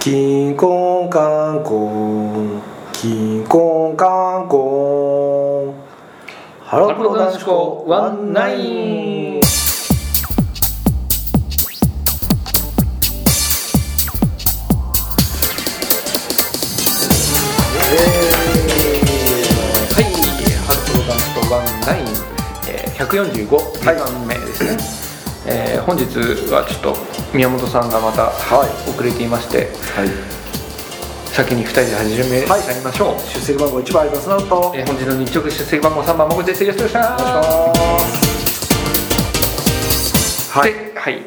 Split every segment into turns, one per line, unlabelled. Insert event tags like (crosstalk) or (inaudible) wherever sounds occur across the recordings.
キンコンカンコンキンコンカンコンハロプロ男子校ワンナイン
はい、ハロプロダンスとワンナイン、えー、145番目ですね、えー本日はちょっと宮本さんがまた
は
遅れていまして
い、はい、
先に2人で始め
はい
ちゃいましょう、
出席番号一番ありますなると
えー本日の日直出席番号3番僕ですよろしくお願いします
は
はい
い、
はい、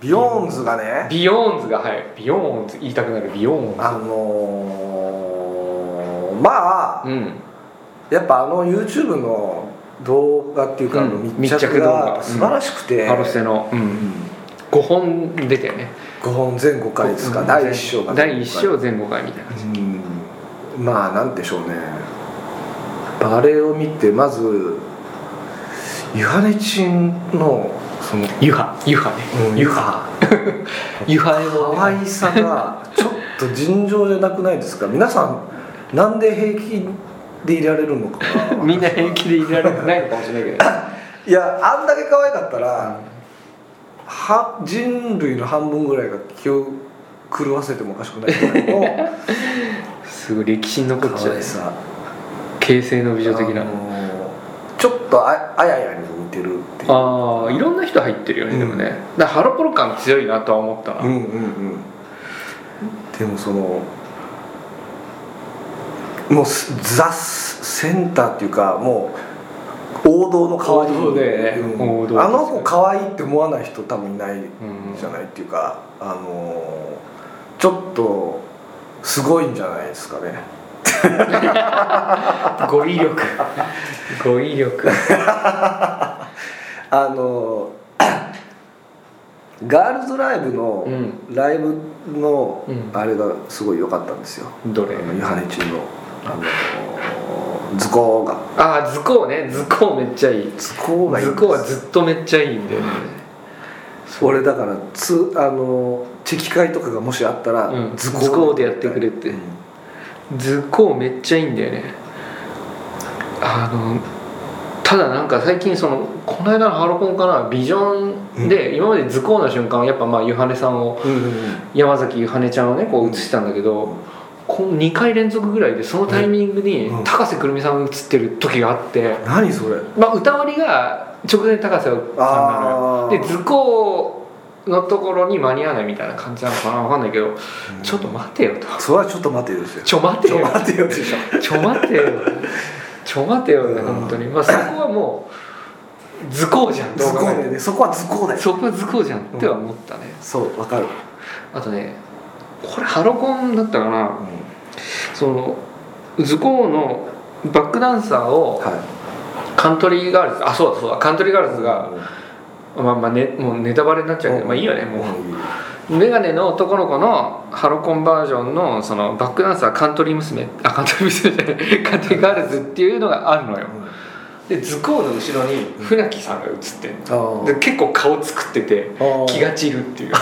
ビヨーンズがね
ビヨーンズがはいビヨーンズ言いたくなるビヨー
あ
ンズ
のー、まあ
うん
やっぱあの YouTube の動画っていうか、あの
うん
密
密
着
着動画
が素晴らしくて、
ハロセの、う、
うんん
5本出てね
5本全5回ですか、
うん
第1章が
第1章前後回みたいな
うんまあなんでしょうねあれを見てまずユハネチンのその
ユハユハね、
うん
ユハユハ絵をね
可愛さがちょっと尋常じゃなくないですか皆さんなんで平気でいられるのか
(laughs) みんな平気でいられてないのかもしれないけど、
いやあんだけ可愛かったら、は人類の半分ぐらいが気を狂わせてもおかしくないぐらい
(laughs)
の
すごい歴史に残っち
可
ゃう
愛さ
形成の美女的な
あのちょっとああややに似てるっていう
ああいろんな人入ってるよね、
うん
でもねだからハロプロ感強いなとは思ったな、
うんうんうんでもそのもうすザ・センターっていうかもう王道の可愛い
王道だよね
うん
王道
あの子可愛いって思わない人多分いない
うん
じゃないっていうか、あのーちょっとすごいんじゃないですかね
語彙力語彙力
あのー (coughs) ガールズライブの
う
ライブの
うん
あれがすごい良かったんですよ、
どれ
あのユハネチンの、あのー図工が
ああ図工ね図工めっちゃいい
図工がいいん
図
です
工はずっとめっちゃいいんだよね、
俺だからつあのーチェキ会とかがもしあったら、
うん図工でやってくれって
うん
図工めっちゃいいんだよねあのただなんか最近そのこの間のハロコンかなビジョンで今まで図工の瞬間やっぱまあゆはねさんを
うんうん
山崎ゆはねちゃんをねこう映してたんだけ
うん
ど、この2回連続ぐらいでそのタイミングに
うん
高瀬くるみさんが映ってる時があって、
何それ
まあ、歌割りが直前に高瀬さんなのよ
あ
で図工のところに間に合わないみたいな感じなのかな分かんないけど、ちょっと待てよと
それはちょっと待てよですよ
ちょ待て
ちょ
よ
待てよでしょ
ちょ待てよちょ待てよね
うん
本当にまあそこはもう図工じゃん
図
どう考
工
え
で
ても
ねそこは図工だよ
そこは図工じゃんっては思ったね、
そうわかる、
あとねこれハロコンだったかなその図工のバックダンサーを
は
カントリーガールズあそうだそうだカントリーガールズが、まあまあね、もうネタバレになっちゃうけど、まあいいよねもうメガネの男の子のハロコンバージョンのそのバックダンサーカントリー娘あカントリー娘じゃないカントリーガールズっていうのがあるのよで図工の後ろに船木さんが映ってる
あ
で結構顔作ってて
あ
気が散
(laughs)
るっていうゆ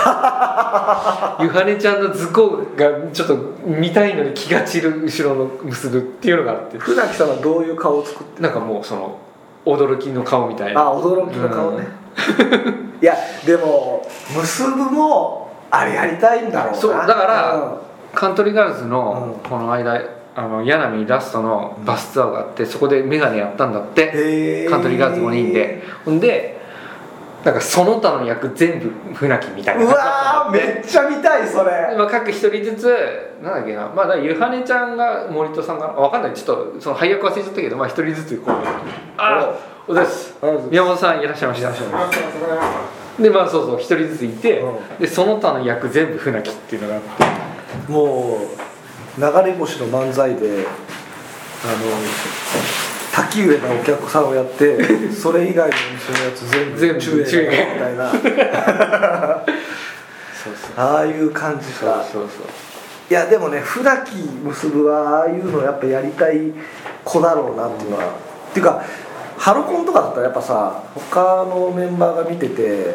はねちゃんの図工がちょっと見たいのに気が散る後ろの結ぶっていうのがあって
船木さんはどういう顔を作って
なんかもうその驚きの顔みたいな
あ驚きの顔ね、いやでも結ぶもあれやりたいんだろうな
そうだから
うん
カントリーガールズの
う
この間あの柳井ラストのバスツアーがあってそこでメガネやったんだって
へ
カントリーガールズ5人でほんでなんかその他の役全部船木みたいうな感じだった
わー
んだって
めっちゃ見たいそれ
まあ、各一人ずつなんだっけなまあだからゆはねちゃんが森戸さんかなわかんないちょっとその配役忘れちゃったけどまあ一人ずつこうあお疲れ様です宮本さんいらっしゃいましたでまあそうそう一人ずついて、
う
でその他の役全部船木っていうのがあって
もう流れ星の漫才であの滝上のお客さんをや (laughs) ってそれ以外のお店のやつ全部
全部
中
中
英
英
だみたいな
そうそう
ああいう感じか
そうそう
いやでもね船木結ぶはああいうのやっぱやりたい子だろうなっていうのは、っていうかハロコンとかだったらやっぱさ他のメンバーが見てて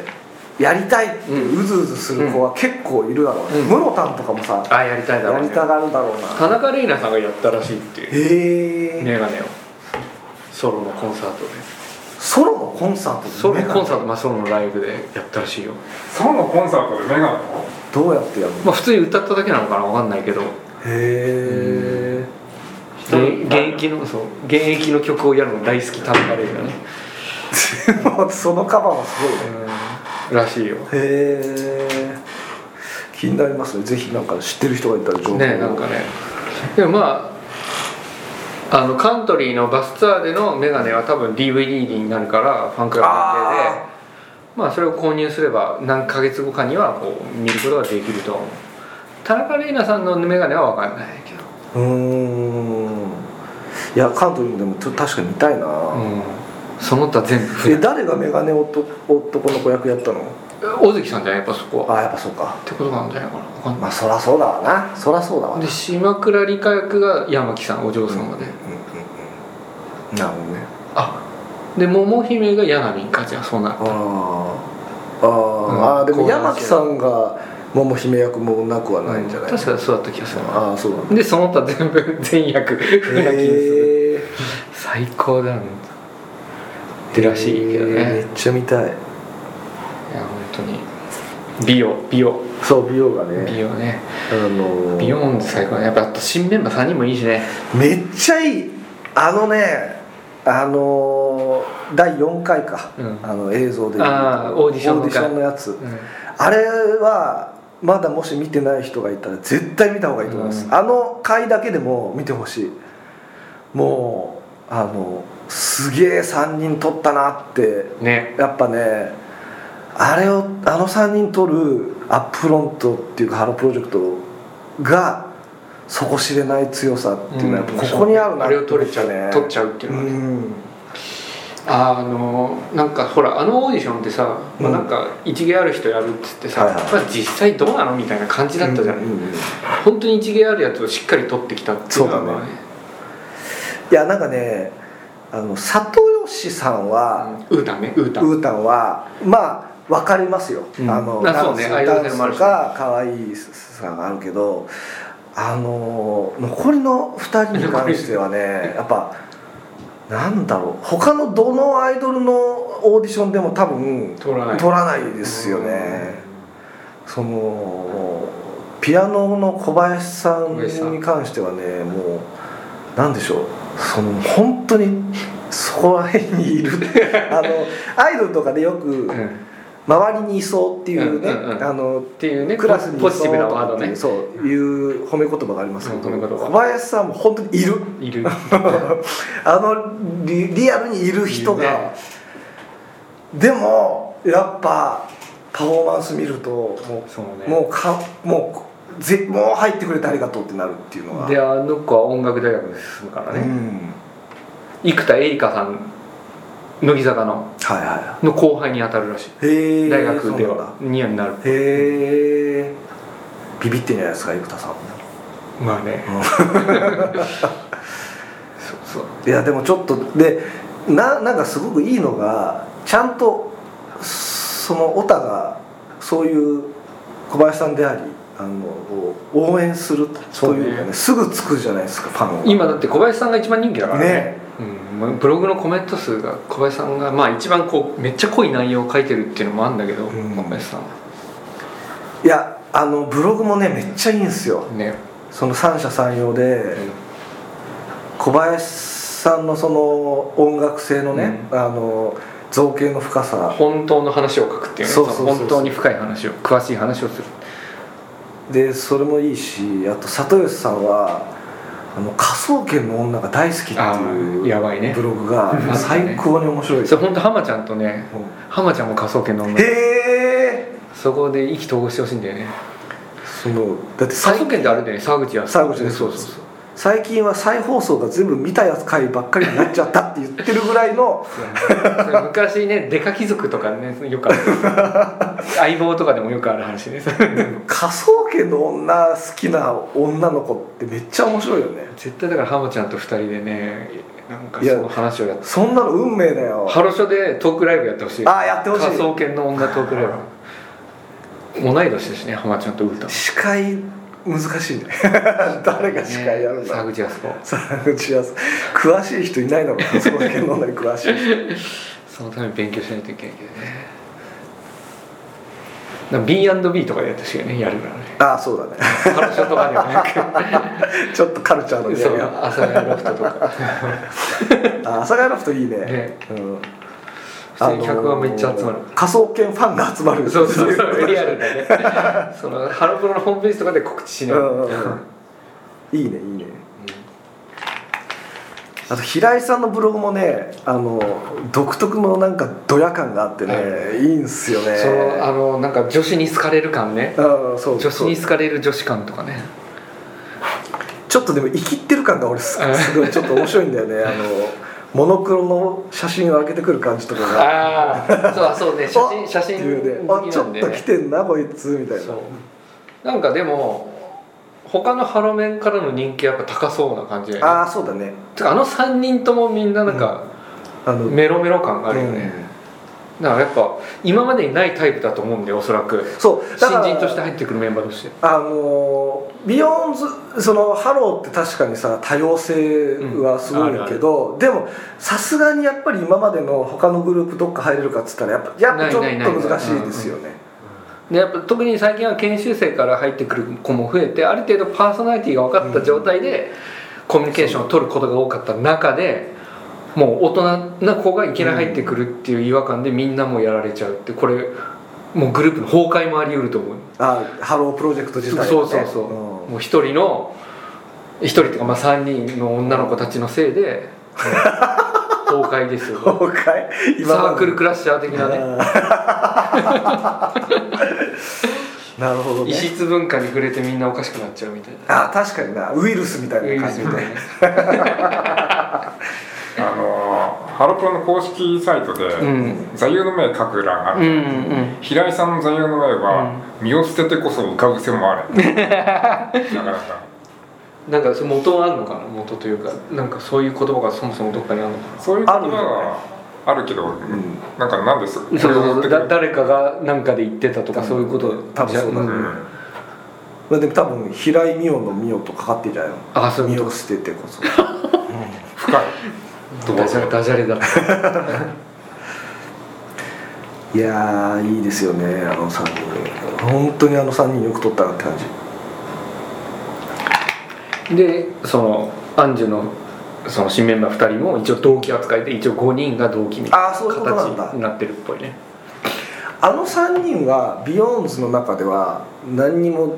やりたいってうずうずする子は結構いるだろうね、
うん
ムロタンとかもさ
あやりたいだ
や
ろう、
り
ね、
たがるだろうな
田中玲奈さんがやったらしいってい
へ
う
え、
メガネをソロのコンサートで
ソロのコンサートで
ソロ
メ
の
ガネ
コンサート、まあ、ソロのライブでやったらしいよ
ソロのコンサートでメガネを
どうやってやるの
まあ普通に歌っただけなのかなわかんないけど
へえ
現現役のそう現役の曲をやるの大好き田中玲奈ね
そのカバーはすごいね
らしいよ
へえ気になりますねぜひなんか知ってる人がいたら情報を
ねなんかねでもまああのカントリーのバスツアーでのメガネは多分 DVD になるからファンクラブ限定で
あ
まあそれを購入すれば何ヶ月後かにはこう見ることができると思う田中玲奈さんのメガネは分かんないけど
うーんいやカントリーもでもちょっと確かに見たいな、
うんその他全部
え
船
誰がメガネ男男の子役やったの
大関さんじゃないやっぱそこは
ああやっぱそうか
ってことなんじゃないかな分かんな
まあそらそうだわなそらそうだわ
い
な
で島倉理香役が山木さんお嬢様で、
なるほどね
あで桃姫が柳香ちゃんそうなる
あーあー、あーで
こ
も
うなん
山
で
木
すよ
さんが桃姫役もなくはないんじゃない、
確かそうだった気がするな
ああそうだね
でその他全部 (laughs) 全役船木にする
へえ
(laughs) 最高だねってらしいけどね、
めっちゃ見たい
いや本当に美容美容
そう美容がね
美容ね
あのー
ビヨーンズ最高だねやっぱあと新メンバー3人もいいしね
めっちゃいいあのねあのー第4回か、
うん
あの映像で見
あーオーディションの
オ
回
ーディションのやつ、
うん
あれはまだもし見てない人がいたら絶対見た方がいいと思います、
うん
あの回だけでも見てほしいもうあのすげえ3人撮ったなって
ね
やっぱねあれをあの3人撮るアップフロントっていうかハロープロジェクトが底知れない強さっていうのはやっぱここにあるな
あ
て
れ
思
を
っ
取れちゃ
た
う取っちゃうっていう
う
のはね、
ん
あのなんかほらあのオーディションってさ、ま
う
あ、
ん
なんか一芸ある人やるっつってさ、
はいはい
まあ、実際どうなのみたいな感じだったじゃない、、
うんんうんうんい
本当に一芸あるやつをしっかり取ってきたっていうのはね
やなんかねあの里吉さんは、
うんウータンねウータン
ウータンはまあ分かりますよ、
うん
あの
あ
ダ
そう
ン
ね
ス
アイド
ダ
ル
ン
性
ス
もある
と
し
か可愛いさがあるけどあの残りの2人に関してはねやっぱなんだろう他のどのアイドルのオーディションでも多分
取らない
取らないですよねそのピアノの小林さ
小林さ
ん
ん
に関してはねもうなんでしょうその本当にそこら辺にいるあのアイドルとかでよく
うんっ
周りにいそうっていうね、
うんうんうん
あの
ていうね
クラスにいそう
ポジティブなワード
ってい
ね
うそういう褒め言葉がありますけど、
うん褒め言葉
小林さんも本当にいる (laughs)
いる
あのリリアルにいる人が
いるね
でもやっぱパフォーマンス見るとも
そうね
うもうかもうぜもう入ってくれてありがとうってなるっていうのは
であの子は音楽大学に進むから
う
ね、
ん、
生田絵梨花さん乃木坂の
はいは
の後輩に当たるらしい、
いへえ
大学ではニアになる
へえビビってんじゃないですか生田さん
まあねそう (laughs) そう
いやでもちょっとでななんかすごくいいのがちゃんとそのオタがそういう小林さんでありあのを応援する
そ
と
うね
いうかねすぐつくじゃないですかファンは
今だって小林さんが一番人気だからね
ね
うんまあ、ブログのコメント数が小林さんがまあ一番こうめっちゃ濃い内容を書いてるっていうのもあるんだけど、
うん
小林さんはい
やあのブログもねめっちゃいいんですよ
ね、
その三者三様で小林さんのその音楽性のね、あの造形の深さ
本当の話を書くっていうね
そうそうそうそう
本当に深い話を詳しい話をする
でそれもいいしあと里吉さんはあの「科捜研の女が大好き」って
あ
いう
ーやばいね
ブログが
(laughs) ね
最高に面白い、
それ本当浜ちゃんとね
うん
浜ちゃんも科捜研の女
へえ
そこで意気投合してほしいんだよね
そのだって
科
最
捜研ってあるんだよね沢口は
沢口です
そうそうそう
最近は再放送が全部見たやつ回ばっかりになっちゃったって言ってるぐらいの
それ昔ねデカ貴族とかねよくあ
(laughs)
る相棒とかでもよくある話です
科捜研の女好きな女の子ってめっちゃ面白いよね
絶対だから浜ちゃんと二人でねなんか
いや
その話をやって
そんなの運命だよ
ハロショでトークライブやってほしい
あーやってほしい
科捜研の女トークライブ同い年ですね浜ちゃんとウータン
司会難しいね (laughs) 誰が司会やるんだ
沢
ろう
口靖子
沢口康詳しい人いないのかなその辺の女に詳しい
(laughs)
人
そのために勉強しないといけないけどねだから B&B とかでやったしねやるからね
ああそうだね
彼女とかではなく
ちょっとカルチャーの
そ
(laughs)
う
匂いが
朝やロフトとか
あ阿佐ヶ谷ロフトいいね
ね
うん
普通に客がめっちゃ集まる
あのー仮想研ファンが集まる
そうそうそう (laughs) リア
(laughs)
ルだねそのハロプロのホームページとかで告知し
う
ない、
んうんうんいいねいいねあと平井さんのブログもねあの独特のなんかドヤ感があってね、、
はい
いんすよね
そのあのなんか女子に好かれる感ね
うんそう
女子に
そう
好かれる女子感とかね
ちょっとでも生きってる感が俺す
うん
すごいちょっと面白いんだよ
(laughs)
ねあのモノクロの写真を上げてくる感じとかが
ああそうあそうね写真写
って
真
いうね
好
あ
き
ち
な
ょ
ん
っ
で
と来てんなこいつみたいな
そうなんかでも他のハロメンからの人気やっぱ高そうな感じだよね
ああそうだね
てかあの3人ともみんななんか
あの
メロメロ感があるよね、だからやっぱ今までにないタイプだと思うんでおそらく
うんそう
新
だから
人として入ってくるメンバーとして
あのービヨーンズそのハローって確かにさ多様性はすごいけど、でもさすがにやっぱり今までの他のグループどっか入れるかっつったらやっぱやっぱちょっ
ないないない
と難しいですよね
でやっぱ特に最近は研修生から入ってくる子も増えてある程度パーソナリティが分かった状態でコミュニケーションを取ることが多かった中でもう大人な子がいきなり入ってくるっていう違和感でみんなもうやられちゃうってこれもうグループの崩壊もあり得ると思う
あーハロープロジェクト自体がね
そうそうそう、もう一人の一人っていうかまあ3人の女の子たちのせいで崩壊ですよ
うん (laughs) 崩壊
サ
まで
ークルクラッシャー的なね
あー (laughs) なるほど
異
ね
質文化に触れてみんなおかしくなっちゃうみたいな
あー確かになウイルスみたいな感じで
ね
あのハロプロの公式サイトで、
うん
座右の銘書く欄があ
うん
る、
うん
平井さんの座右の銘は、身を捨ててこそ浮かぶせもあ
(laughs)
れなかなか
なんかそれ元はあるのかな元というかなんかそういう言葉がそもそもどっかにあるのかな
そういう言葉があるけど、
ん
なんかなんでそ
そう
を
そう
持ってく
だ
る
誰かが何かで言ってたとかそういうこと
多分そうだね
うんん
まあでも多分平井美桜の美桜とかかってんじゃないの
あそうい
身
うこ
を捨ててこそ
(laughs)
深い
とダジャレダジャレだ
いやーいいですよねあの3人本当にあの3人よく撮ったなって感じ
でそのアンジュのその新メンバー2人も一応同期扱いで一応5人が同期みたい
ああそう
な
いうことなん
形
だ
になってるっぽいね
あの3人はビヨーンズの中では何にも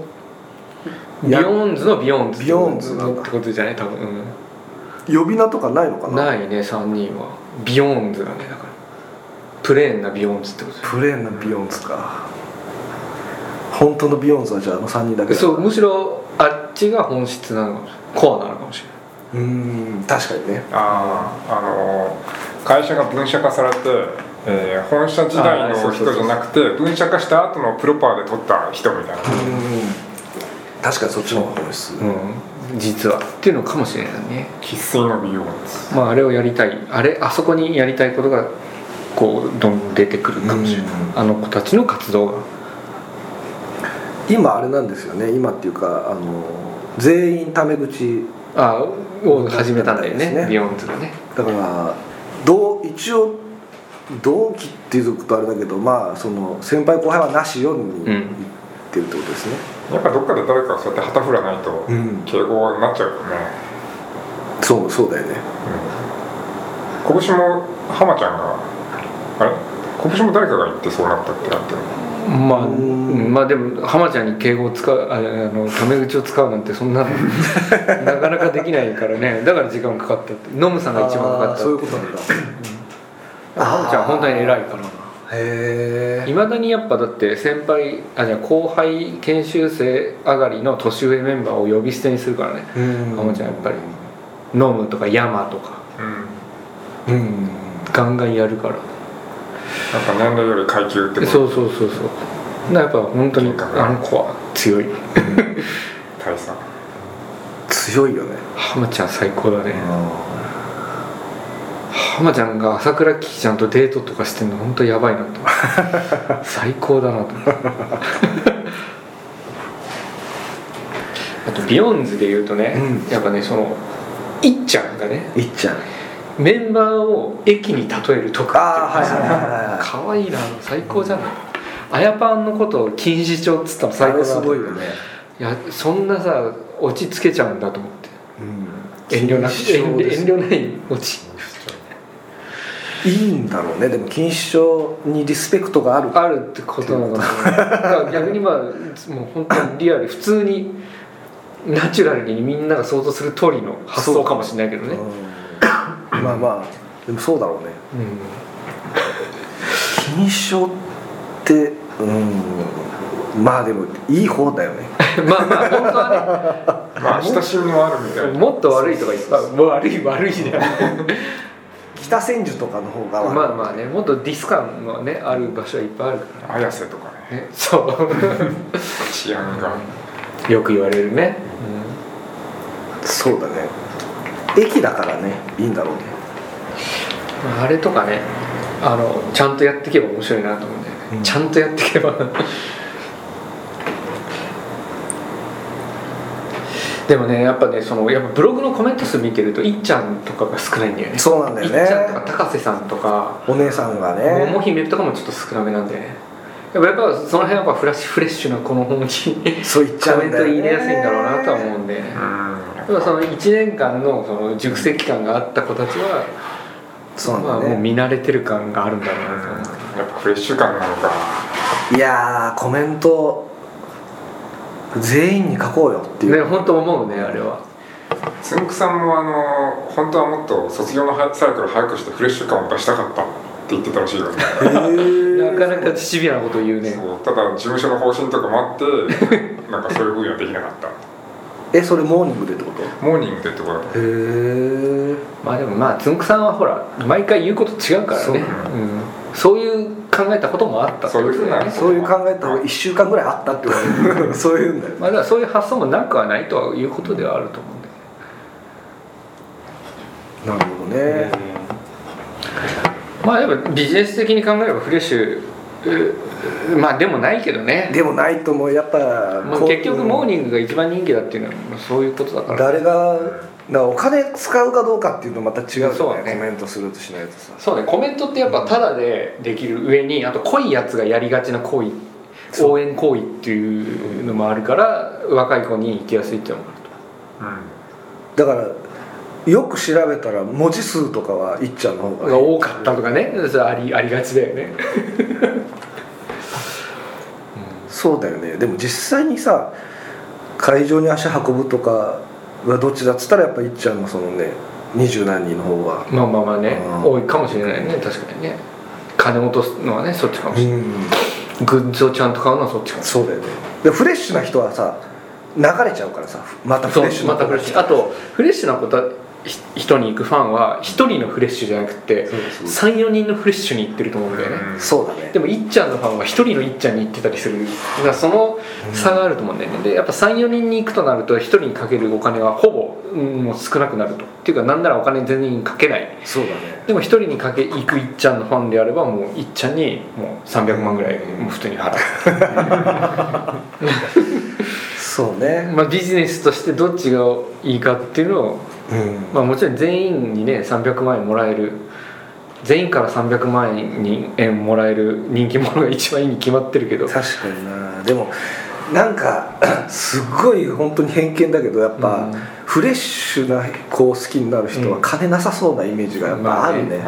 い
ビヨ
や
ーンズのビヨーンズ
ビヨーンズなんだ
ってことじゃない多分、
呼び名とかないのか
うん、
な
ないね3人はビヨーンズだねだからプレーンなビヨーンズってことだよ
プレーンなビヨーンズか本当のビヨーンズはじゃああの3人だけだ
そうむしろあっちが本質なのかもしれないコアなのかもしれないう
ーん確かにね
あーあの会社が分社化されて、えー本社時代
あーそ
の
うそうそう
人じゃなくて分社化した後のプロパーで取った人みたいな
うーん確かにそっちの方が本質、
うん、実はっていうのかもしれないね
生粋の美容です
まああれをやりたいあれあそこにやりたいことがこうどんどん出てくるかもしれない、
うん
あの子たちの活動が
今あれなんですよね今っていうかあの全員タメ口
あを始めたんだよね
ですね
ビヨンズがね
だから同一応同期っていうことあれだけどまあその先輩後輩はなしよに
う
言っ
ん
てるってことですね、
やっぱどっかで誰かがそうやって旗振らないと
うん
敬語になっちゃうよね、
そうそうだよね
うん、今年も浜ちゃんがあれ今年も誰かが言ってそうなったってなってる
まあ、
うん
まあでも浜ちゃんに敬語を使うああのタメ口を使うなんて
(laughs)
そんなのなかなかできないからねだから時間かかったってノムさんが一番かか
あー
った
そういう
って
ことなんだ
浜ちゃん本当に偉いから
へ
いまだにやっぱだって先輩あじゃあ後輩研修生上がりの年上メンバーを呼び捨てにするからね
え
ハモちゃんやっぱりノムとかヤマとか
うん
うん
ガンガンやるから
なんか年齢より階級って
そううそうそうそうだからやっぱ本当にあの子は強い
大佐
強いよね
ハマちゃん最高だね
あ (laughs)
ハマちゃんが朝倉キキちゃんとデートとかしてんの本当やばいなと思って最高だなとあとビヨンズで言うとね、
うん
やっぱねそのいっちゃんがね
いっちゃん
メンバーを駅に例えると
あ
か
あはいはいはいはい
かわいいな最高じゃないあやぱんのことを錦糸町っつったの最
あ
高
れ
だ
す
な
ごいよね、
いやそんなさ落ちつけちゃうんだと思って
うん、
遠慮なく
錦
遠
糸町
慮
です
遠慮ない落ち
いいんだろうねでも錦糸町にリスペクトがある
あるってことなのかなだから (laughs) 逆にまあもう本当にリアル普通にナチュラルにみんなが想像する通りの発想かもしれないけどね
うんまあまあでもそうだろうね
うん
錦糸町ってうんまあでもいい方だよね
まあまあ本当は
まあ親しみのあるみたい
ね
な
もっと悪いとか言ったらもう悪い悪いじゃん
北千住とかの方が悪い
まあまあねもっとディス感のねある場所はいっぱいあるか
綾瀬とかね
らねそう
(laughs)
治安が
よく言われるね、
そうだね駅だからねいいんだろうね
あれとかねあのちゃんとやっていけば面白いなと思うんだよね、
うん
ちゃんとやっていけばでもねやっぱねそのやっぱブログのコメント数見てるといっちゃんとかが少ないんだよね
そうなんだ
いっちゃん
よ
とか
ね
高瀬さんとか
お姉さんが
桃
ね
姫とかもちょっと少なめなんだよねやっぱやっぱその辺はやっぱフラッシュフレッシュなこの本気に
そう言っちゃ
コ
う
メン
んだ
ト
よ、ね、
入れやすいんだろうなとは思うんで、でもその1年間のその熟成期間があった子たちは
そう
ま
な
あ、
んだ
もう
ね、
見慣れてる感があるんだろうなと思って
やっぱフレッシュ感なのか
いやーコメント全員に書こうよっていう、
ね本当思うねあれは
つんくさんもあの本当はもっと卒業のサイクル早くしてフレッシュ感を出したかったって言ってたらしいよね
へー
なかなかシビアなこと言うね
そうただ事務所の方針とかもあって
(laughs)
なんかそういうふうにはできなかった
えそれモーニングでってこと
モーニングでってことだ
へえ
まあでもまあつんくさんはほら毎回言うこと違うからね
そう
そう,、ん、そういう考えたこともあったってこと
そういうふう
だよ
な
ね
そういう考えた方が1週間ぐらいあったってこと
(laughs)
そういうんだよ
まあだからそういう発想もなくはないとはいうことではあると思うんで
なるほどね
まあやっぱビジネス的に考えればフレッシュうまあでもないけどね
でもないともうやっぱ
まあ結局モー
ニ
ニングが一番人気だっていうのはまあそういうことだから
誰がなお金使うかどうかっていうのまた違うじゃない
そうだね
コメントするとしないとさ
そうねコメントってやっぱタダでできる上にあと濃いやつがやりがちな行為応援行為っていうのもあるから若い子に行きやすいっていうのもある
だからよく調べたら文字数とかはいっちゃんの方
とが
が
多かったとかねそれありありがちだよね
そうだよねでも実際にさ会場に足運ぶとかはどっちだっつったらやっぱいっちゃんのそのね二十何人の方が
まあまあまあね
うん
多いかもしれないね確かにね金落とすのはねそっちかもしれない
ん
グッズをちゃんと買うのはそっちかもし
そうだよねでフレッシュな人はさ流れちゃうからさまた
れな
フレ
いそう
ッシュな
またフレッシュあとフレッシュなことはひ人に行くファンは一人のフレッシュじゃなくて
そうそう
34人のフレッシュに行ってると思うんだよね、
そうだね
でもいっちゃんのファンは一人のいっちゃんに行ってたりするだからその差があると思うんだよね、でやっぱ34人に行くとなると一人にかけるお金はほぼ、うんもう少なくなるとっていうかなんならお金全然かけない
そうだね
でも一人にかけ行くいっちゃんのファンであればもういっちゃんにもう300万ぐらいもう普通に払
そう
う、
ね
まあ、ビジネスとしてどっちがいいかっていうのを、
うん
まあ、もちろん全員にね300万円もらえる全員から300万円もらえる人気者が一番いいに決まってるけど
確かになでもなんか (clears throat) すっごい本当に偏見だけどやっぱ、
うん
フレッシュな子を好きになる人
う
は
ん
金なさそうなイメージがやっぱあるね,、
なん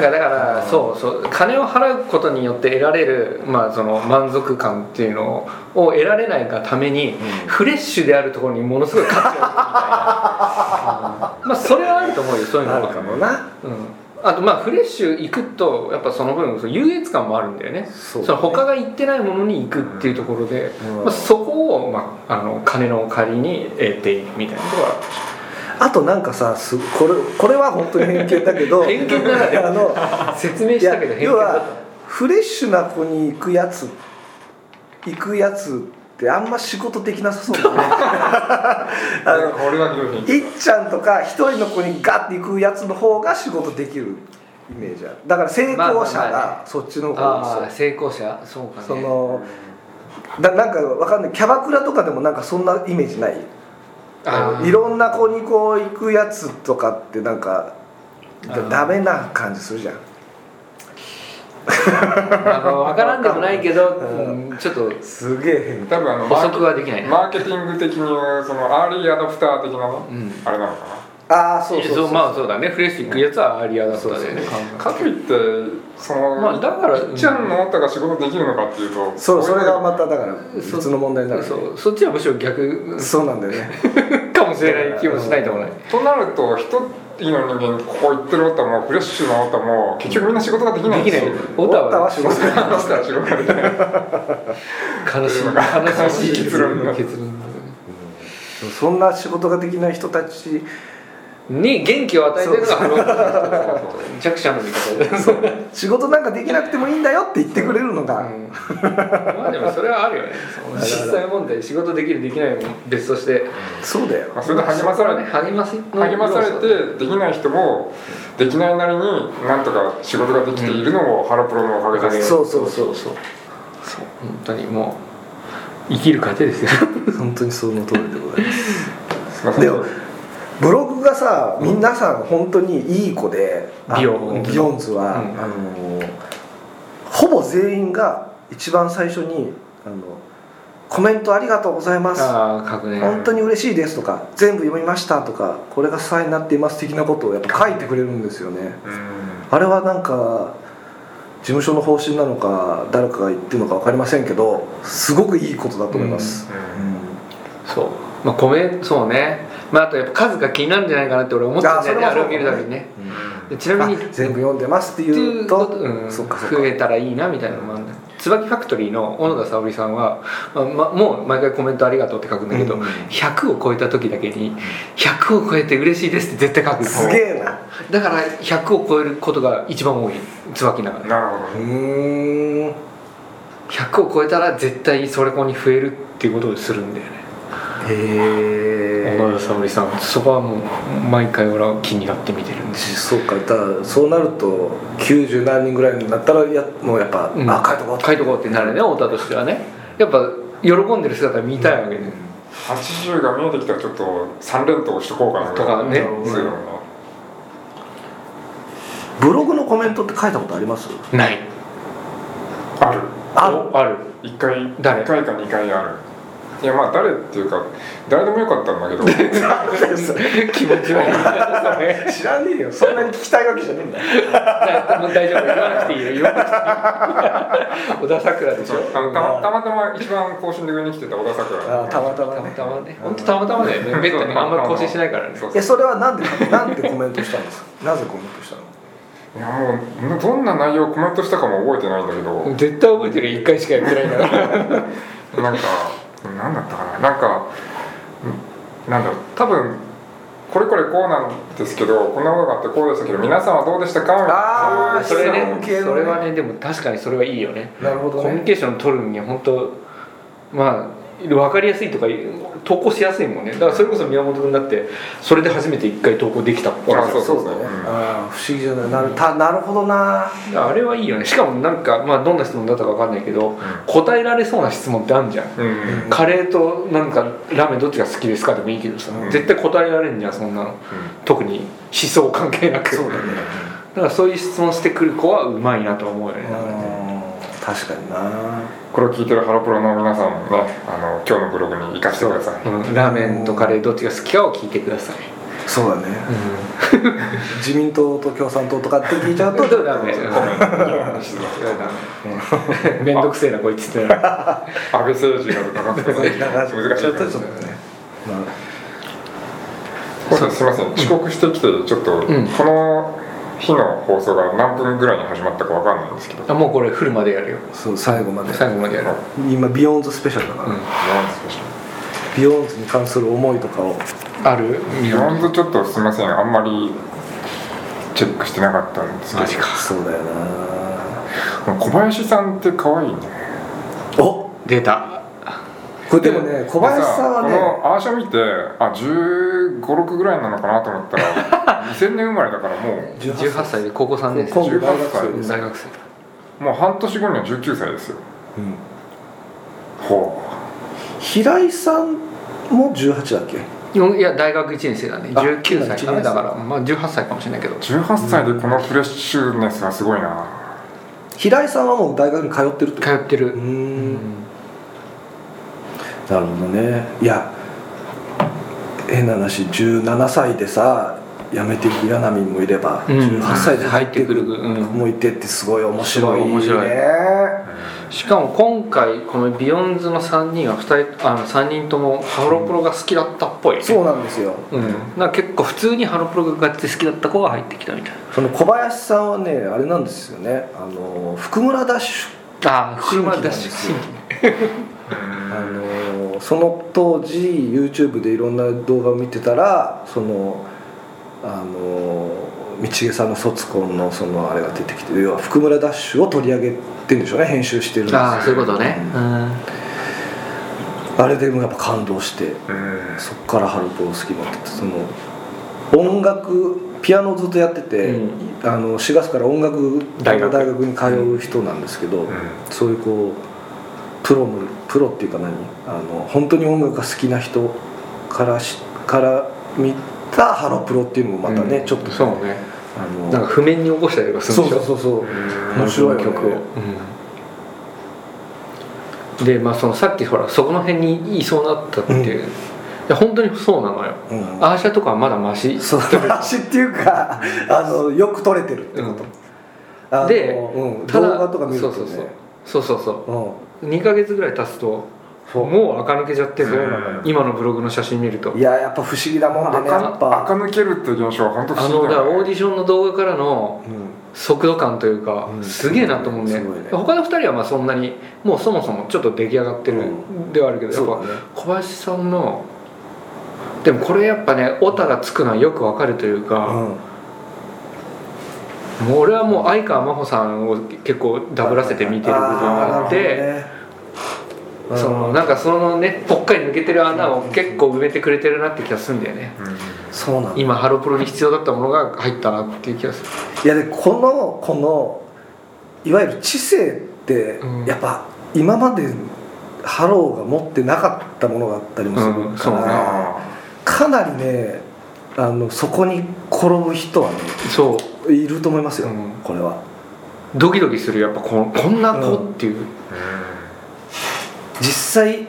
かだからそうそう金を払うことによって得られる、まあ、その満足感っていうのを得られないがために、フレッシュであるところにものすごい価値
(laughs)
があるみたいな、うんまあそれはあると思うよそういうの
あ
は
るかもな
うん、あとまあフレッシュ行くとやっぱその分その優越感もあるんだよね
そ
その他
が
が行ってないものに行くっていうところで、
うん
まあ、そこを、まあ、あの金の代わりに得ているみたいなところは
あとなんかさすこれこれは本当に偏見だけど
(laughs) 偏見なら
(laughs)
で
あの
説明
い
した
や
けど偏見
要
だった
はフレッシュな子に行くやつ行くやつってあんま仕事できなさそうだね
(laughs)
あの
俺はひどい
いっちゃんとか一人の子にガッて行くやつの方が仕事できるイメージあるだから成功者
まあまあまあ
がそっちの方
ああ
です
成功者そうかね
そのだなんかわかんないキャバクラとかでもなんかそんなイメージない
あー
いろんな子にこう行くやつとかってなんかだ
あー
ダメな感じするじゃん
あの分からんでもないけど、
うん
うんちょっと
すげえ変
多分あの
補
マーケ
足はできないね
マーケティング的にそのアーリーアダプター的なの、
うん
あれなのかな
ああそうそうそう
まあそうだねフレッシュ行くやつはアリアだった
そう
よ
そう
ね
かといってその、
まあだから
いっちゃんのあんたが仕事できるのかっていうと
そうそれがま
ま
ただから別の問題になる
そ
そう
そっちはむしろ逆
そうなんだよ (laughs) ね
かもしれない気もしないでもない
となると一人の人間ここ行ってるおったもフレッシュなおったも結局みんな仕事ができないん
でき
で
な
す
い
よ
オ
(laughs)
タ
オタ
は
は仕事が
あの人は仕事ができない
悲しい悲しい
悲しい結論が
結論
そんな仕事ができない人たち
に元気を与えてるのがハローワーク弱者の味方だよね
仕事なんかできなくてもいいんだよって言ってくれるの
う
が、
んまあでもそれはあるよねその実際問題仕事できるできないも別として
そうだよ
まあそれで励まされて
励まし
励まされてできない人もできないなりになんとか仕事ができているのもハロプロのおかげです
そうそうそうそう
そう本当にもう生きる糧ですよ
本当にその通りでございます
すいません
(laughs) でもブログがさ皆さん本当にいい子であの
ビヨンズ
ビヨンズは、
うん
あのほぼ全員が一番最初にあの「コメントありがとうございます」
ああ
「
確ね
本当に嬉しいです」とか「全部読みました」とか「これが支えになっています」的なことをやっぱ書いてくれるんですよね
うん
あれはなんか事務所の方針なのか誰かが言ってるのか分かりませんけどすごくいいことだと思います、
そうまあ米そうねまああとやっぱ数が気になるんじゃないかなって俺思ってたんだよね
あ
あ
それ
れ
は
を
そうか
見
もね
るたびにね
うん
でちなみに
あ全部読んでますって
ってい
言う
う
と
ことうん
そっかそっか
増えたらいいなみたいなのもあるんだ椿ファクトリーの小野田沙織さんは、まあまもう毎回コメントありがとうって書くんだけど、
うん
100を超えた時だけに100を超えて嬉しいですって絶対書く
すげえな
だから100を超えることが一番多い椿の中で
なるほどね
うーん
100を超えたら絶対それこに増えるっていうことをするんだよね
へ
小野田沙織さんそこはもう毎回俺は気になって見てるんですよ
そうかだからそうなると90何人ぐらいになったらやもうやっぱ、
うん
あ書いとこう
書いとこうってなるね太田としてはねやっぱ喜んでる姿見たいわけで、
80が見えてきたらちょっと三連投しとこうかな
とかね
そういうのが
ブログのコメントって書いたことあります
ない
ある
ある
おある
一回
誰
一回か二回あるいやまあ誰っていうか誰でもよかったんだけど
気持ち悪いそれ
知らねえよそんなに聞きたいわけじゃねえんだよ
も (laughs) う大丈夫言わなくていいよ言わなくていい (laughs) 小田さくらでし
そう
ょ
あのたまたまたま一番更新で上に来てた小田桜
あたまたま
たま
ね
たまね本当たまたまだよねめったにあんまり更新しないからね
そう
えそれはなんでなんてコメントしたんですかなぜコメントしたの
いやもうどんな内容コメントしたかも覚えてないんだけど
絶対覚えてるよ1回しかやってないから
なんか何だったかななんかんなんだろう多分これこれこうなんですけどこんなことがあってこうでしたけど皆さんはどうでしたかみたいな
あー
(laughs)
(laughs)
それね
質問系のね
それはねでも確かにそれはいいよね
なるほど
コミュニ
ね
ケーション取るには本当まあ分かりやすいとか投稿しやすいもんねだからそれこそ宮本君だってそれで初めて1回投稿できたもん
あそうそうそう
だね、
うん
ああ不思議じゃないなるたなるほどな
あれはいいよねしかもなんか、まあ、どんな質問だったか分かんないけど、答えられそうな質問ってあるじゃん、
うん
カレーとなんかラーメンどっちが好きですかでもいいけどさ、
うん
絶対答えられんじゃんそんなの特に思想関係なく
そうだね
だからそういう質問してくる子はうまいなと思うよ
う
ね、
ん確かにな
これを聞いてるハロプロの皆さんもねあの今日のブログに生かしてください
うんラーメンとカレーどっちが好きかを聞いてください、
そうだね自民党と共産党とかって聞いちゃうと
どうだね
ごめん
う
安
んめんどくせえなこいつってなる
倍政治がとか
流し
難しい
ちゃうとちょっと
ね
ね、ま
すいません遅刻してきてちょっと、
ん
この日の放送が何分ぐらいに始まったかわかんないんですけど
あもうこれフルまでやるよ
あ、そう最後まで
最後までやる
今ビヨンズスペシャルだから、
うん
ビヨンズに関する思いとかを
ある
日本とちょっとすいませんあんまりチェックしてなかったんですけど
そうだよな
小林さんって可愛いね
お出た
これでもね小林さんは
こ
ね
のアーシャ見てあ1 5 6ぐらいなのかなと思ったら2000年生まれだからもう
18歳で高校3年
今
そう
度
生
大学生です
大学生
もう半年後には19歳ですよ
うん
ほ
平井さんも18だっけ
うんいや大学1年生だね
あ
19歳か
19
な
歳
だからまあ18歳かもしれないけど
う18歳でこのフレッシュネスがすごいな
平井さんはもう大学に通ってるってこと
通って
うー
る
んなるほどねいや変な話17歳でさ辞めていく柳波もいれば、
うん
18歳で入ってくる子
うん
もいてってすごい面白いね
すごい面しかも今回このビヨンズの3人は2人あの3人ともハロプロが好きだったっぽいね
そうなんですよ
うん、だから結構普通にハロプロがガチで好きだった子が入ってきたみたい
その小林さんはねあれなんですよねあの福村ダッシュ
なああ車出
新
し新
規
規ね
あのその当時 YouTube でいろんな動画を見てたらそのあの道重さんの卒婚のそのあれが出てきて要は福村ダッシュを取り上げてるんでしょうね編集してるんですよ
ああそういうことねうん
あれでもやっぱ感動して
うん
そっからハロプロ好きになってその音楽ピアノをずっとやってて、
うん
あの4月から音楽
大学
大学に通う人なんですけど、
うん
そういうこうプロのプロっていうか何あの本当に音楽が好きな人からしから見たハロプロっていうのもまたね、
うん
ちょっと
そうね
あの
なんか譜面に起こしたりとかする
そ
ん
う
でし
そ
ょ
うそうそう
うん
面白いよね
曲を、でまあそのさっきほらそこの辺にいそうなったっていう、いや本当にそうなのよ
うん
アーシャとかはまだマシ
そう話っていうかあのよく撮れてるってこと、あの
で
うん、
ただ
動画とか見るとね
そうそうそうそうそう
うん
そう2ヶ月ぐらい経つと
そう
もう垢抜けちゃってる
そうなのよ
今のブログの写真見ると
いややっぱ不思議だもんでねやっ
垢
ぱ、
抜けるっていう現象は本当不
あ
思
の
議だ
だからオ
よ
ー
ね
ディションの動画からの
うん、
速度感というか、
うん
すげえなと思うね
すごいね
他の2人はまあそんなにもうそもそもちょっと出来上がってるではあるけど、やっぱ
そうだね
小林さんのでもこれやっぱねオタがつくのはよくわかるというか、もう俺はもう相川真帆さんを結構ダブらせて見てる部分があって
うん
そのなんかそのねぽっかり抜けてる穴を結構埋めてくれてるなって気がするんだよね
そうなんだ
今ハロプロに必要だったものが入ったなっていう気がする
いやでこのこのいわゆる知性って、
うん
やっぱ今までハローが持ってなかったものがあったりもする
うん
か
そうね
ら、かなりねあのそこに転ぶ人はね
そう
いると思いますよ、
うん
これは
ドキドキするやっぱここんな子っていう、
実際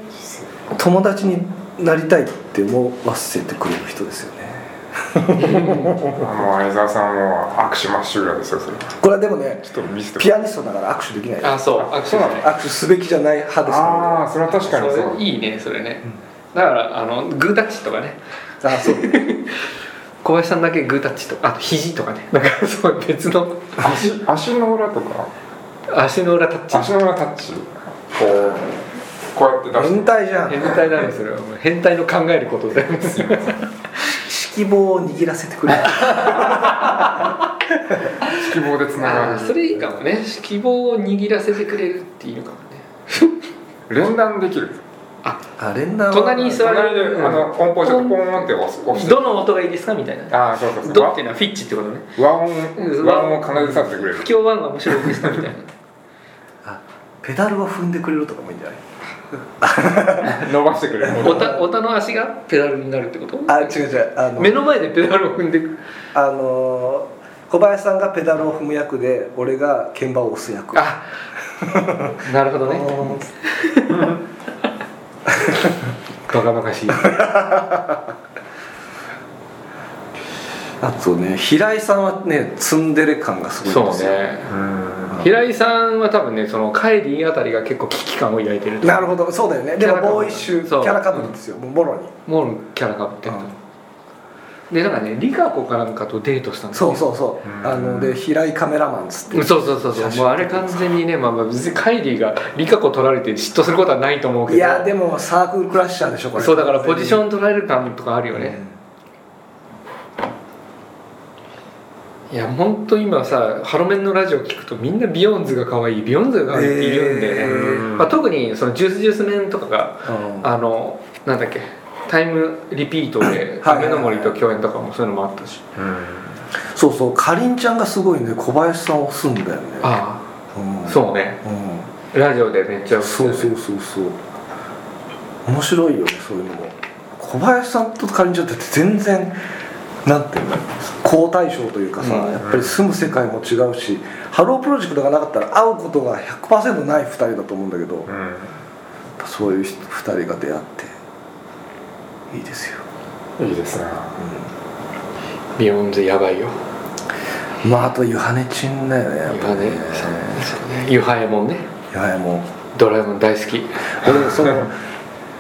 友達になりたいって思わせてくれる人ですよね
あもう相沢さんも握手まっしぐらですよそれちょ
これはでもね
っと見せて
ピアニストだから握手できない
あそう握手
そうなの
握手すべきじゃない派ですから
ああそれは確かにそう
それいいねそれね、だからあのグータッチとかね
あそう
小林さんだけグータッチとかあと肘とかね (laughs) なんかそう別の
足足の裏とか
足の裏タッチ
足の裏タッチこうこうやって出し
変態じゃん
変態だねそれはもう (laughs) 変態の考えることで (laughs)
色棒を握らせてくれる
て指揮棒でつなが
あ
る
あそれいいかもね希望を握らせてくれるっていうのかもね
連弾できる
あ連弾は
隣に座
隣で、
うん
あの音符をちょっとポーンって押す押して
どの音がいいですかみたいな
ああそうそうそう
ドっていうのはフィッチってことね
和音和音を奏でさせてくれる
不協和音が面白いですかみたいな (laughs)
あペダルを踏んでくれるとかもいいんじゃない
伸ばしてくれる
おたおたの足がペダルになるってこと
あ違う違うあの
目の前でペダルを踏んでく
あのー小林さんがペダルを踏む役で俺が鍵盤を押す役 (laughs)
あなるほど
あ
ね
ー
バカバカしい
あとね平井さんはねツンデレ感がすごいん
そ
で
う
すよ
ね平井さんは多分ねそのカイリーあたりが結構危機感を抱いてると
なるほどそうだよねで
キャラ
も
かぶ
ボーイッシュキ
そう
ャラかぶりですよもうボロに
もうキャラがぶってると、でなんかねリカ子かなんかとデートしたんだ
そう
よ
そうそう
うん
あので平井カメラマンっつって
そうそうそうそうもうあれ完全にねまあまあ別にカイリーがリカ子取られて嫉妬することはないと思うけど
いやでもサークルクラッシャーでしょこれ
そうだからポジション取られる感とかあるよね、いや本当今さハロメンのラジオ聞くとみんなビヨンズが可愛いビヨンズが可愛いって言うんだよね、
えー
まあ、特にそのジュースジュースメンとかが
うん
あのなんだっけタイムリピートで
はい
亀の森と共演とかもそういうのもあったし
そうそうかりんちゃんがすごいね小林さんをすんだよね
あ
うん
あそうね
うん
ラジオでめっちゃ
そうそうそうそう面白いよねそういうのも小林さんとかりんちゃんって全然なんていうの好対象というかさ、
うん
やっぱり住む世界も違うし、ハロープロジェクトがなかったら会うことが100%ない2人だと思うんだけど、やっぱそういう人2人が出会っていいですよ、
うんいいですね
ビヨンズやばいよ
うんまああとユハネチンだよねやっぱ
今
りね
ねそうなんですよねユハエモンね
ユハエモン
ドラえもん大好き
俺そ
(laughs)
の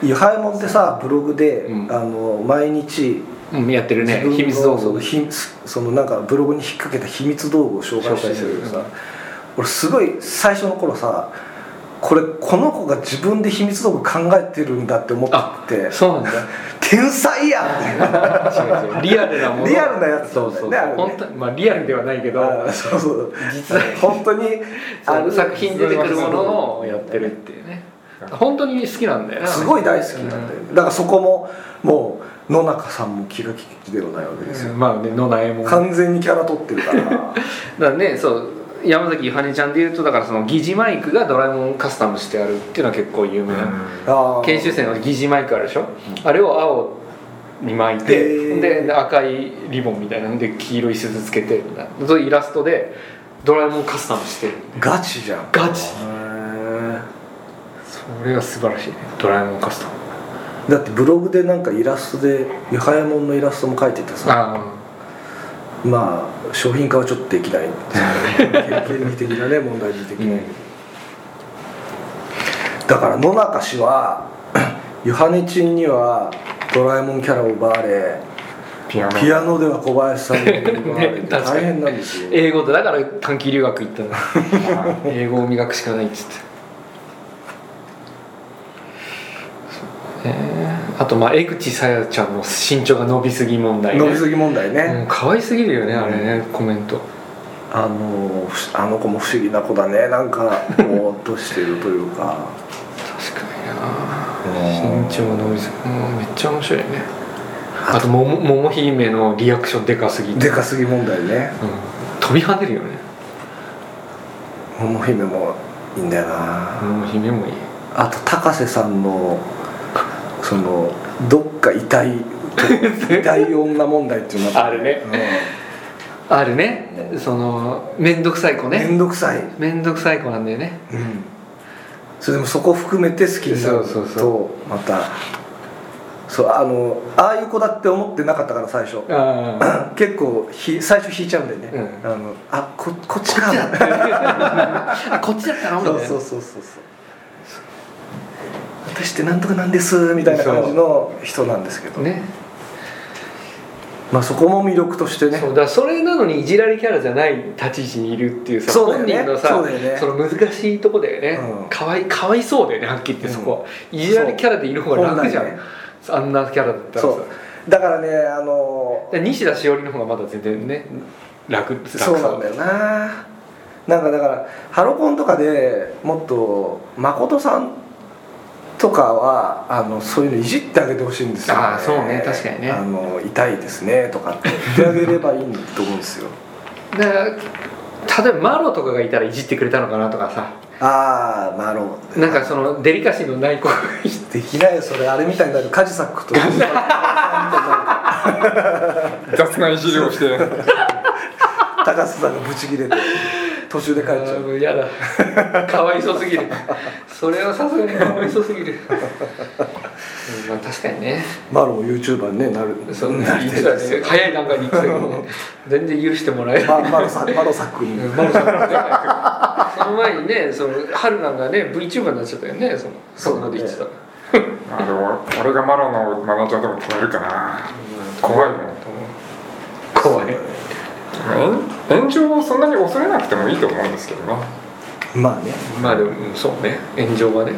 ユハエモンってさブログで、
うん
あの毎日
うんやってるね
自
秘
分の
密道
その
具
ひそのなんかブログに引っ掛けた秘密道具を紹介してるんだけど
紹
さ俺すごい最初の頃さこれこの子が自分で秘密道具考えてるんだって思ってて
そう
(laughs)
なんだ
天才やんみたいな
違う違うリアルなもの
リアルなやつ
そ
な
うん
だ
そ
よね
う、
あれね
本当にまあリアルではないけど
あーそうそう
実在
本当に
あ
あ
る
る
作品に出てくるものをやってるっていうね本当に好きなんだよね
すごい大好きなんだよね、だからそこももう野中さんも気が利きではないわけですよ、
うんまあね野苗もだか
完全にキャラ取ってるから
らねそう山崎ゆはねちゃんでいうとだからその疑似マイクがドラえもんカスタムしてあるっていうのは結構有名な、
あー
(laughs) 研修生の疑似マイクあるでしょ、あれを青に巻い
へ
て
ー
でで赤いリボンみたいなので黄色い鈴つけてみたいなそういうイラストでドラえもんカスタムしてる
ガチじゃん
ガチ
へー
それが素晴らしいねドラえもんカスタム
だってブログでなんかイラストでゆはやもんのイラストも描いててさ
ああ
まあ商品化はちょっとできない経験的なね問題児的な、だから野中氏は (coughs) ゆはねちんにはドラえもんキャラを奪われ
ピアノ
ピアノでは小林さんに奪われて
ね (laughs) 確かに
大変なんですよ、
英語でだから短期留学行ったの英語を磨くしかないっつってそうねあとまあ江口さやちゃんの身長が伸びすぎ問題
(laughs)
ね
伸びすぎ問題ね、
もう可愛すぎるよねあれねコメント
あのふしあの子も不思議な子だねなんかぼーっとしてるというか
確かにな
うん
身長が伸びすぎうんめっちゃ面白いねあともももも姫のリアクションでかすぎて
でかすぎ問題ね
うん飛び跳ねるよね
桃姫もいいんだよな、
もも姫もいい
あと高瀬さんのそのどっか痛い痛い女問題っていうのが
(laughs) あるねあるねその面倒くさい子ね
面倒くさい、
面倒くさい子なんだよね
うん、それでもそこ含めて好きになる
そうそう
と
そ
またそうあのああいう子だって思ってなかったから最初
ああ
(clears throat) 結構ひ最初引いちゃうんだよね、あ
う
のあここっちか
(laughs) あこっちだったのみた
そうそ
いな
うそうそうそう私ってなんとかなんですみたいな感じの人なんですけど、
ね
まあそこも魅力としてね
そうだからそれなのにいじられキャラじゃない立ち位置にいるっていうさ
そうだよ
本
ね
人のさ
そうだよね
の難しいとこだよね、
うん
かわいかわいそうだよねはっきり言ってそこは、いじられキャラでいる方が楽じゃん、
本来ね
あんなキャラだったらさ
そうだからねあの
で西田しおりの方がまだ全然ね楽楽さ
そうなんだよななんかだからハロコンとかでもっと誠さんとかはあのそういうのいじってあげてほしいんですよ、
あーそうね確かにね
あの痛いですねとかって言ってあげればいいと思うん
(laughs)
ですよ
だから例えばマロとかがいたらいじってくれたのかなとかさ
ああなるほど
なんかそのデリカシーのない子がいて
できないよそれあれみたいになるカジサックと高
雑ないじりをして
瀬さんがブチ切れて途中で帰っちゃ
あー
う
もうやだかわいそうすぎるそれはさすがにかわいそうすぎる、うんまあ確かにね
マロも YouTuber にねなる
そうね
なりたいですよ
早い段階に行ってたけどね全然許してもら
(laughs)
えない
ママロさんマロサック
う
に
んマロさんもねその前にねその春菜がね VTuber になっちゃったよねそのそんなこと言ってたら
あでも俺がマロのマナちゃんとも超えるかな怖いもん
怖い
炎炎上をそんなに恐れなくてもいいと思うんですけどね、
まあね
まあでもうんそうね炎上はね
う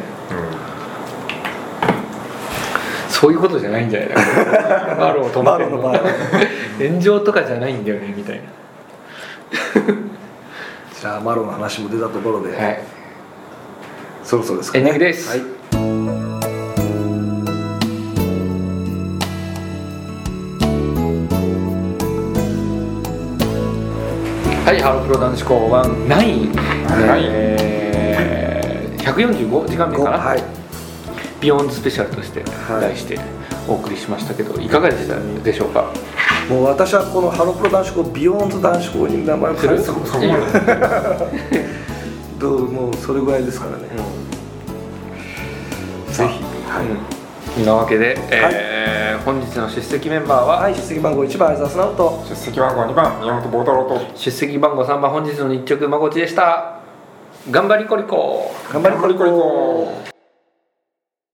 そういうことじゃないんじゃない
(laughs)
かマロを止めてる (laughs)
マロの場合は
炎上とかじゃないんだよねみたいな
じゃあマロの話も出たところで、
はい
そろそろですか
エ
ね
ンディングです、
はい
はい、ハロプロ男子校ワンナイン。
はい
えー145時間目
ご
かな、
はい
ビヨンズスペシャルとして題してお送りしましたけど、いかがでしたでしょうか。
もう私はこのハロプロ男子校ビヨーンズ男子校に名前を
す
変え
る？
て
そ
いいよ
どうもうそれぐらいですからね、ぜひはい、
うんなわけで、えー本日の出席メンバーは、
はい、出席番号1番相沢素直と
出席番号2番宮本坊太郎と
出席番号3番本日の日直まこちでした。頑張りこりこ。
頑張りこりこ
コリコリ